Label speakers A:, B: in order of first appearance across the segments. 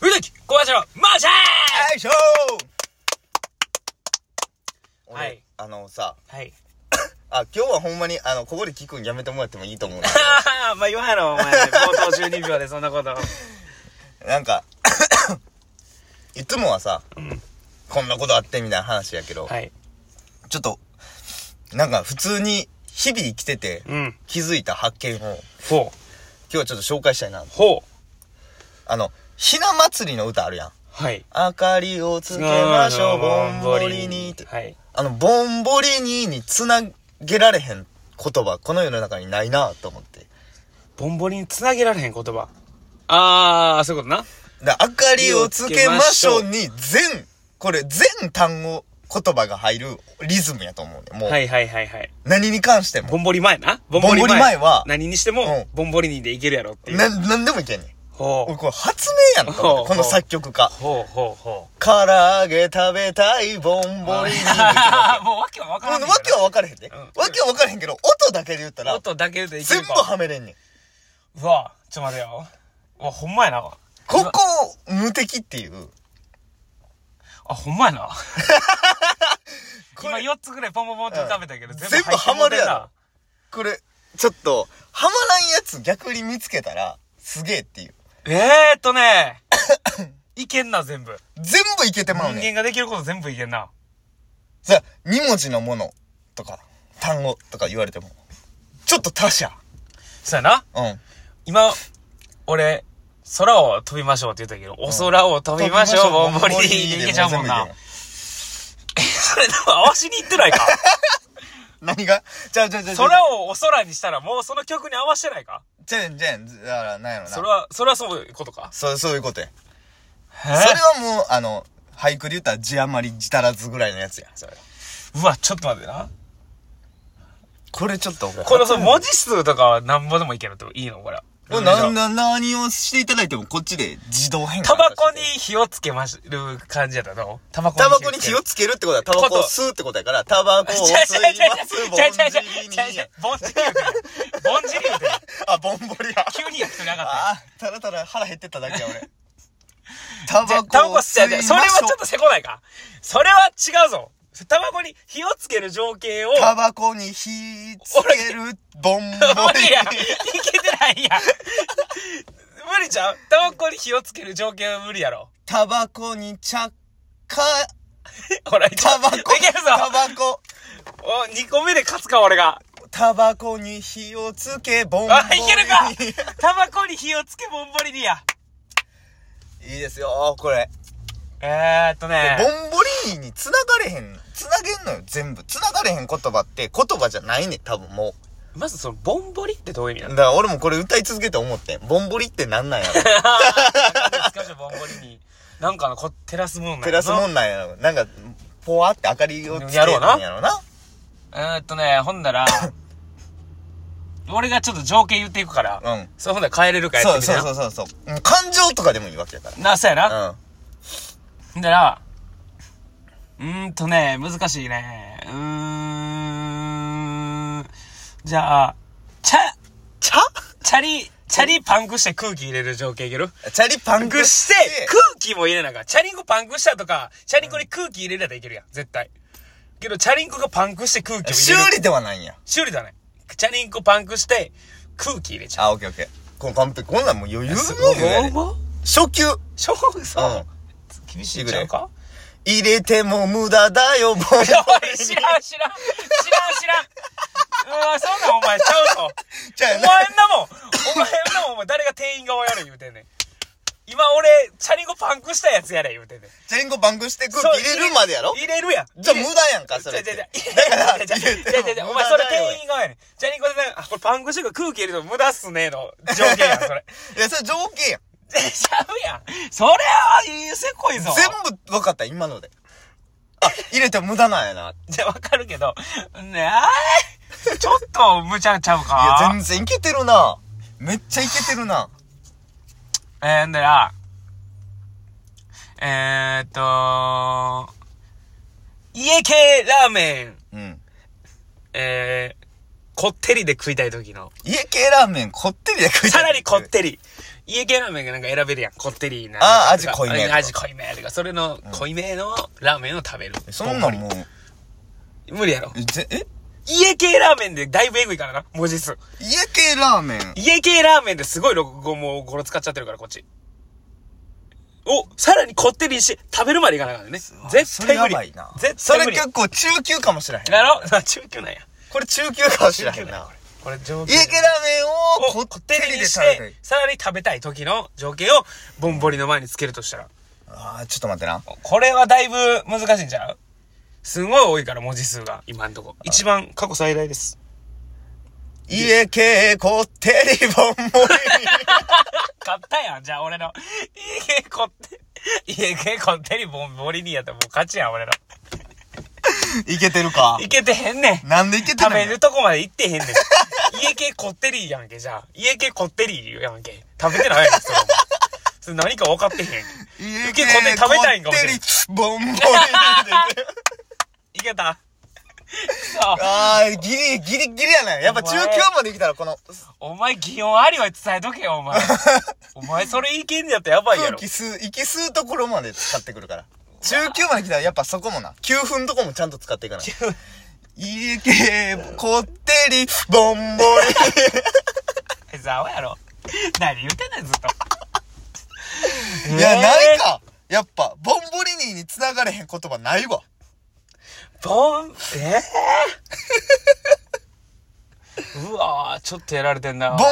A: 古崎小林のマーシャ
B: よいしょー俺、
A: はい
B: あのさ
A: ーはい。
B: あ今日はほんまにあのここで聞くんやめてもらってもいい と思う
A: はは はまあ言わんやろ、お前。冒頭12秒でそんなこと。
B: なんか いつもはさ、こんなことあってみたいな話やけど、
A: はい。
B: ちょっとなんか普通に日々生きてて、
A: うん。
B: 気づいた発見を今
A: ほう。
B: 日はちょっと紹介したいな
A: ほう。
B: あのひな祭りの歌あるやん
A: はい。
B: 明かりをつけましょう、ぼんぼりにって。
A: はい。
B: あの、ぼんぼりににつなげられへん言葉、この世の中にないなと思って。
A: ぼんぼりにつなげられへん言葉。あー、そういうことな。
B: だ明かりをつけましょうに、全、これ全単語、言葉が入るリズムやと思うね。もう、
A: はいはいはいはい。
B: 何に関して
A: ぼ
B: も。
A: んぼり前な。ぼ
B: ぼんぼり前は
A: 何にして
B: うん
A: も、ぼんぼりにでいけるやろっていう。
B: な、なんでもいけんねん。
A: ほ
B: 俺
A: う。
B: これ発明やんと 思って、この作曲家。
A: ほうほうほう。
B: 唐揚げ食べたいぼんぼり に。
A: もうわけはわから
B: わ
A: んねん
B: けは分からへんね。
A: ん
B: わけは分からへんけど、音だけで言ったら、
A: 音だけでいけ
B: 全
A: る
B: 部
A: か
B: はめれんねん。
A: うわ、ちょっと待てよ。うわ、ほんまやな。
B: ここ、無敵っていう。
A: あ、ほんまや な。
B: こ
A: 今
B: れ、
A: 4つぐらいポンポンポンって食べたけど、
B: うん
A: 入ってもうてんな
B: 全部ハマるやろこれ、ちょっと、ハマらんやつ逆に見つけたら、すげえっていう。
A: えーっと ね、いけんな、全部。
B: 全部いけてまう
A: 人
B: ねん。
A: 間ができること全部いけんな。
B: さあ、二文字のものとか、単語とか言われても、ちょっと他者。
A: そうやな。
B: うん。
A: 今、俺、空を飛びましょうって言ったけど、お空を飛びましょう、ぼんぼりでいけちゃうもんな。それでも合わしに行ってないか。
B: 何がじゃあじゃあじゃあ。
A: 空をお空にしたらもうその曲に合わせてないか
B: じゃあじゃあ、だから、なんやろな。
A: それは、それはそういうことか。
B: そう、そういうことや。
A: そ
B: それはもう、あの、俳句で言ったら字余り字足らずぐらいのやつや。
A: うわ、ちょっと待ってな。
B: これちょっと俺
A: このその文字数とかは何ぼでもいけるっていいのこれ。
B: これなんな、何をしていただいてもこっちで自動変換。
A: タバコに火をつけましる感じやったらどうタバコ
B: タバコに火を
A: つ
B: つけるってことはタバコを吸うってことやから、タバコを吸い
A: ちゃちゃちゃ
B: ま
A: ち
B: す、
A: ゃ
B: ぼ
A: ちゃ
B: ん
A: ちゃちゃ
B: じりに。
A: ぼんじり言うてるぼんじり言うてる
B: あ、ぼんぼりや。
A: 急にやってなかったよ
B: あ、たらたら腹減ってただ けや俺。タ
A: じゃ
B: バ
A: あタバ
B: コ
A: コ
B: を
A: 吸
B: 吸
A: っちゃ
B: い
A: ち
B: ま
A: ゃそれ
B: し
A: はちょ
B: ょ
A: っとせこないかそれは違うぞタバコに火をつける情景を
B: タバコに火つける、ぼんぼり
A: 無理やいけてないやん無理じゃんタバコに火をつける情景は無理やろ
B: タバコに着火、
A: ほらいけるぞ
B: タバコ、タバコ、
A: お2個目で勝つか俺が
B: タバコに火をつけ、ぼんぼ
A: あ
B: り
A: いけるかタバコに火をつけぼんぼりにや
B: いいですよ、これ。
A: えーっとね
B: ボンボリーニに繋がれへん、繋げんのよ、全部。繋がれへん言葉って言葉じゃないねん、多分も
A: まずその、ぼんぼりってどういう意味な
B: う。だ
A: の
B: から俺もこれ歌い続けて思ってん。ボンボリってなんなん やろ。
A: ですかぼんぼりに。なんかの、こ、照らすもんなん
B: 照らすもんなんやろ。なんか、ぽわって明かりをつけるんやろな。
A: やうーんとね、ほんな ら、俺がちょっと情景言っていくから、
B: うん
A: そうほんなら変えれるかや
B: そ
A: って
B: う
A: みて
B: そ
A: な。
B: うそうそうそう。うん感情とかでもいいわけやか
A: な、そうやな。
B: ら。うん。
A: ほんなら、うーんとね、難しいね。うーん。じゃあ、チャ、
B: 茶
A: チャリ、チャリパンクして空気入れる情景いける
B: チャリパ
A: パ
B: ン
A: ン
B: ク
A: ク
B: し
A: して
B: て、、
A: 空気も入れなあかん。チャリンコパンクしたとか、チャリンコに空気入れれたらいけるやん、絶対。けど、チャリンコがパンクして空気を
B: 修
A: 入れる。
B: 理ではないんや。
A: 修理だね。チャリンコパンクして、空気入れちゃう。
B: あ、オッケーオッケー。この完璧。こんなんもう余裕
A: す
B: の
A: ごい
B: 余裕やね。
A: も
B: 初級。
A: そう
B: うん。
A: 厳しいぐらいか
B: 入れても無駄だよ、ボンボ
A: おい、知らん
B: リ
A: 知
B: に。
A: らん知らん知らんうわ、そんなんお前ちゃうぞ。
B: ちゃ
A: お前
B: う
A: んな
B: な
A: もん、お前んなもん、お前誰が店員が悪い言うてんねん。今俺、チャリンコパンクしたやつやれ言うてんねん。
B: チャリンコパンクして空気入れるまでやろ
A: 入れるやん。
B: じゃあ無駄やんか、
A: じ
B: それ
A: ゃ
B: っ
A: じ
B: て。
A: ゃじゃ、
B: だから、
A: じゃじゃじゃじゃ、お前それ店員側やねん。じゃあニコさん、あ、これパンクしてるから空気入れるの無駄っすねの条件やん、 それ。
B: いや、それ条件やん。
A: ちゃうやん。それはいいせこいぞ。
B: 全部分かった、今ので。あ、入れても無駄なんやな。い
A: じゃあわかるけど、ねあれちょっと無茶ちゃうか。
B: や、全然いけてるな。めっちゃいけてるな。
A: えー、んだら、えーっと、家系ラーメン、
B: うん。
A: えー、こってりで食いたい時の。
B: 家系ラーメンこってりで食いた
A: さ
B: い
A: らにこってり。家系ラーメンがなんか選べるやん。こってりな。
B: あー味濃いめとか
A: 味濃いめとか、それの濃いめのラーメンを食べる。
B: そんな
A: ぼ
B: んも
A: んぼ、
B: う
A: り無理やろ。
B: えぜえ
A: 家系ラーメンでだいぶエグいからな、文字数。
B: 家系ラーメン。
A: 家系ラーメンですごい六語も語呂使っちゃってるから、こっち。お、さらにこってりにして、食べるまでいかなあかんね。絶対無
B: それ
A: 理。
B: やばいな。
A: 絶
B: そ
A: 対
B: れ
A: 無理。
B: 結構中級かもしれへん。
A: やろ 中級なんや。
B: これ中級かもしれへ
A: 中
B: ん
A: 級なんや
B: な
A: こ。れ。これ上級。
B: 家系ラーメン
A: を
B: を
A: こ
B: こ
A: っ
B: ってて
A: り
B: り
A: に
B: で
A: し
B: 食べ
A: て
B: る、。
A: さらに食べたい時の情景を、ぼんぼりの前につけるとしたら。
B: ああ、ちょっと待ってな。
A: これはだいぶ難しいんちゃうすごい多いから、文字数が、今んとこ。一番、過去最大です。
B: 家系こってりぼんぼ
A: 買ったやん、じゃあ俺の。家系こって、家系こってりぼんぼりにやったらもう勝ちやん、俺の。
B: り。いけてるか
A: いけてへんねん。
B: なんでいけて
A: 食
B: な
A: べ
B: い
A: るとこまで行ってへんねん。家系こってりやんけ、じゃあ。家系こってりやんけ。食べてないやん、それお前。それ何か分かってへんやんけ。
B: 家
A: 系こってり食べたいんかもしれん
B: こってりぼんぼり。
A: いけ たそう。
B: ああ、ギリ、ギリギリやね。やっぱ中級まで来たらこの
A: お前、擬音ありは伝えとけよ、お前。お前、それいけんやったらやばいや
B: 空
A: ろ。
B: 気吸う、息吸うところまで使ってくるから。中級まで来たらやっぱそこもな。9分とこもちゃんと使っていかない。家系こってりぼんぼり。
A: ざわやろ。何言ってんねん、ずっと。
B: いや、ないか。やっぱ、ボンボリニーに繋がれへん言葉ないわ。
A: ボン、えー、うわぁ、ちょっとやられてんな。
B: ボンボ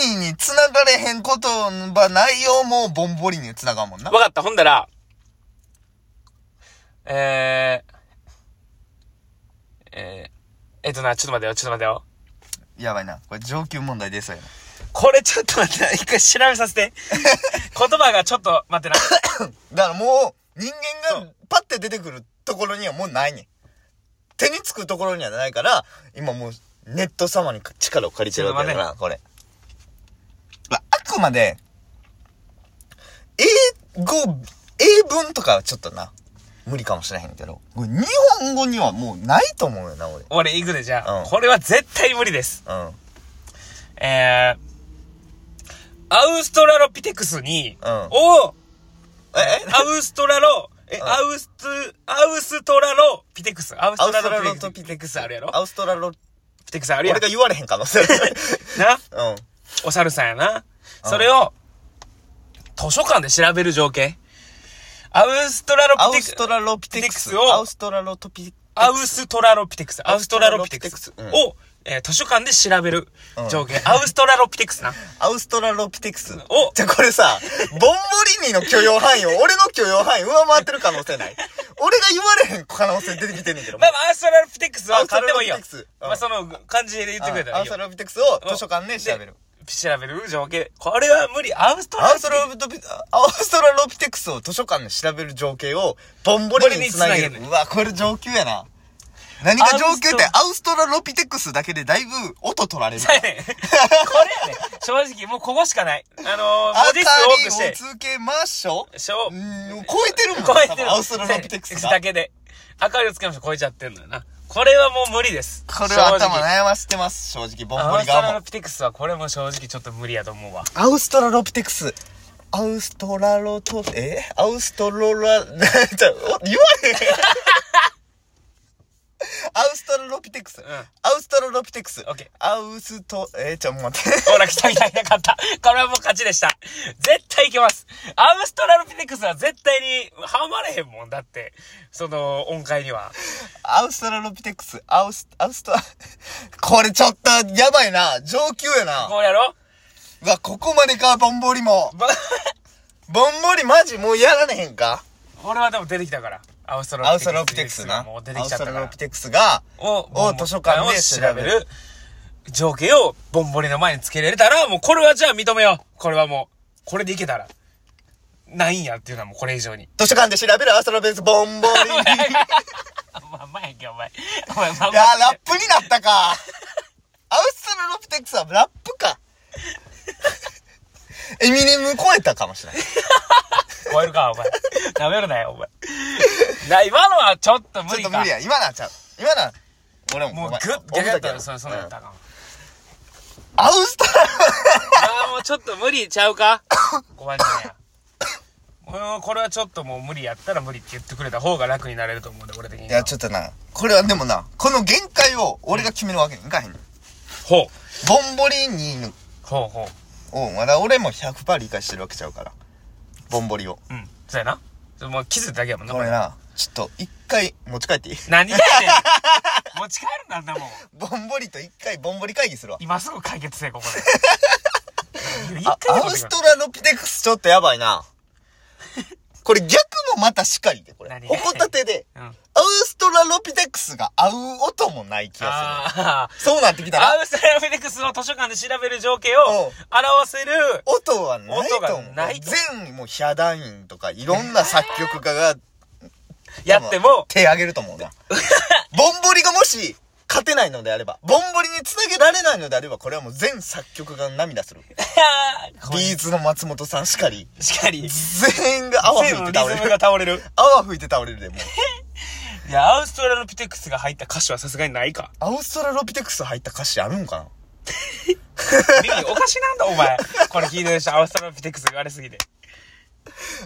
B: リニーに繋がれへん言葉ないよ、もうボンボリニーに繋がるもんな。
A: わかった、ほんだら、えー、えー、えっとな、ちょっと待てよ、ちょっと待てよ。
B: やばいな。これ上級問題出そうやな。
A: これちょっと待ってな、一回調べさせ て。言葉がちょっと、待ってな。
B: だからもう、人
A: そ
B: 間がパッて出てくるところにはもうないねん。手につくところにはないから、今もう、ネット様に力を借りてるわけだから、これ。まああくまで、英語、英文とかはちょっとな、無理かもしれへんけど、これ日本語にはもうないと思うよな、俺。
A: 俺、行くで、じゃあ、
B: うん
A: これは絶対無理です。
B: うん。
A: えー、アウストラロピテクスに、
B: うん
A: を、
B: え、え
A: アウストラロ、え、アウスト、アウストラロピテクス。アウ
B: ア
A: ス
B: ウス
A: ト
B: ト
A: ラロ
B: ラロ
A: ピ
B: と
A: テ
B: ピ
A: ク
B: テク
A: ス
B: ス
A: あるやろ
B: アウストラロ、
A: ピテクスあるや
B: 俺
A: ろ
B: が言われへん 可能性ある。
A: な
B: うん。
A: お猿さんやな。それを、図書館で調べる情景。アウストラロ
B: アウ
A: ピテ
B: ス
A: クス
B: ト。ラロピテクス。
A: を
B: アウストラロトピテクス。
A: アウストラロピテクス。アウストラロピテクス
B: うん
A: を、えー図書館で調べる情景。
B: う
A: アウストラロピテクスな。
B: アウストラロピテクス。
A: お
B: じゃ、これさ、ボンボリーニの許容範囲を、俺の許容範囲上回ってる可能性ない。俺が言われへん可能性出てきてんねんけど。
A: まあまあ、アウストラロピテクス
B: ア
A: は
B: ウスト
A: 買っ
B: ラ
A: ても
B: ロ
A: いい
B: ピ
A: よ
B: テク。ス。うん
A: まあ、その、漢字で言ってくれたら
B: ア
A: い
B: ウ
A: い
B: ス
A: よ
B: ト。ラロピテクスを図書館で調べる。
A: 調べる情景。これは無理。アウストラ
B: ア
A: ロ
B: ウ
A: ピテ
B: スト
A: クス
B: ラロピテ、アウストラロピテクスを図書館で調べる情景を、ボンボリーニにつなげ
A: ボンボリーニに繋げる
B: る。うわ、これ上級やな。何が上級って、アウストラロピテクスだけでだいぶ音取られる。
A: そうやねんこれやねん正直、もうここしかない。あのー、文
B: あ
A: 字数多くした
B: り
A: て
B: を。つけましょ
A: しょ
B: う。うん超えてるもん
A: 超えてる。
B: 多分アウストラロピテクスが
A: だけで。赤いをつけましょう。超えちゃってるのよな。これはもう無理です。
B: これは頭
A: 正直
B: 悩ませてます、正直、ボンボ
A: アウ
B: リ
A: ストラ
B: 側
A: ロ
B: も。
A: ピテクスはこれも正直ちょっと無理やと思うわ。
B: アウストラロピテクス。アウストラロト、えアウストロラ、なんちゃう、お言わへん。アウストラロピテクス。アウストラロピテクス。
A: オッケー
B: アウスト、えー、ちょ、待って。
A: ほら、来た来た来たかった。これはもう勝ちでした。絶対いけます。アウストラロピテクスは絶対にハマれへんもん。だって、その音階には。
B: アウストラロピテクス。アウス、アウスト、これちょっと、やばいな。上級やな。
A: こうやろ
B: うわ、ここまでか、ボンボリも。
A: ば
B: ボンボリマジもうやられへんか
A: 俺はでも出てきたから。アウスト
B: アウスト
A: ラ
B: ラ
A: ロ
B: ロ
A: ピ
B: ピ
A: テク
B: テク
A: ス
B: ス
A: が
B: な。
A: もう出てきちゃったか
B: アウストラロ
A: ら
B: ピ。テクスが、
A: を、
B: を図書館で調べる。
A: 情景をぼんぼりの前につけられたら、もうこれはじゃあ認めよう。これはもう、これでいけたら。ないんやっていうのはもうこれ以上 に。
B: 図書館で調べるアウストラロピテクスボンボリ。
A: まあ、まやけ、お前。お前、まあ
B: いやー、ラップになったか。アウストラロピテクスはラップか。エミネム超えたかもしれない。
A: 超えるか、お前。食べるなよ、 お前。な、今のはちょっと無
B: ちょ
A: 理
B: っと
A: か
B: 無理。や。今なちゃう。今な、俺も
A: もう
B: ごめん
A: グッ、
B: お
A: 逆
B: ふ
A: や
B: ざ
A: った
B: け
A: ら、そんそんなんやったらあかん。
B: アウストラ
A: ああ、ももうちょっと無理ちゃうかごめんねもうこれはちょっともう無理やったら無理って言ってくれた方が楽になれると思うんで俺的に
B: いや、ちょっとな、これはでもな、この限界を俺が決めるわけにいかへんねん。
A: ほう
B: ボンボリーニ
A: ほうほ
B: を、まだ俺も100%理解してるわけちゃうから。ボンボリを。
A: ううんそうやなそれもう気づいただけやもんな
B: これな、ちょっと一回持ち帰っていい
A: 何がやねん持ち帰るなんだもん
B: ボンボリと一回ボンボリ会議するわ。
A: 今すぐ解決せえここで一
B: あ、
A: 回
B: ア
A: も取
B: ウ
A: って
B: ス
A: く
B: トラロピテクスちょっとやばいな。 これ逆もまたしかりで、これ。
A: 何
B: おこたて で。
A: れうん
B: アウストラロピテクスが合う音もない気が
A: あ
B: する。そうなってきた
A: あア
B: ら、
A: ウストラロフィデックスの図書館で調べる情景を
B: うん
A: 表せる
B: 音はないと思
A: 音が
B: う。
A: ないと
B: 全、もう、ヒャダインとか、いろんな作曲家が、
A: やって も
B: 手挙げると思うな。ボンボリがもし、勝てないのであれば、ボンボリにつなげられないのであれば、これはもう全作曲家が涙する。ビーズの松本さんしかり、
A: しかり
B: 全員が泡吹い
A: 全部リ
B: て倒
A: ズ
B: れ
A: ム
B: る
A: が。倒れる
B: 泡吹いて倒れるで、もう。
A: いやアウストラロピテクスが入った歌詞はさすがにないか
B: アウストラロピテクス入った歌詞あるんかな
A: ビビおかしなんだお前これ聞いてる人アウストラロピテクスが言われすぎて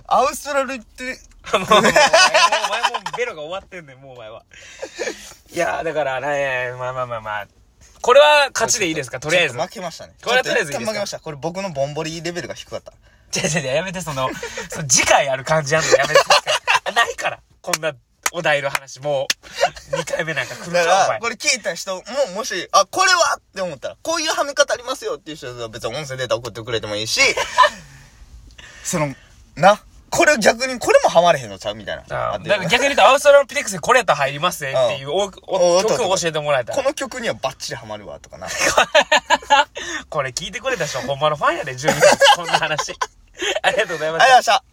B: アウストラロピテ
A: もう、もうお前もうお前もうベロが終わってんねん、もうお前は。いやー、だからね、まあまあまあまあ。これは勝ちでいいですか、とりあえず。
B: ちょっと負けましたね。
A: これはとりあえずいい
B: ち
A: ですか
B: ょっ一旦負けました。これ僕のボンボリレベルが低かった。
A: 違う違う違う、やめて、その、その次回ある感じやんのやめて。ないから、こんなお題の話、もう、2回目なんか来る
B: だか、
A: からお
B: こ
A: 前。
B: れ聞いた人も、もし、あ、これはって思ったら、こういうはめ方ありますよっていう人は別に音声データ送ってくれてもいい し、その、な、これ逆に、これもハマれへんのちゃうみたいな。
A: あ
B: あ
A: ー
B: で
A: だから逆に言うと、アウストラロピテクスにこれやったら入りますねっていうお
B: お
A: お
B: 音と
A: 曲
B: か
A: を教えてもらえた
B: こ
A: ら。
B: の曲にはバッチリハマるわ とかな。
A: これ聞いてくれた人、ほんまのファンやで、準備さん。こんな話。ありがとうございま
B: あ
A: した
B: りがとうございま。した。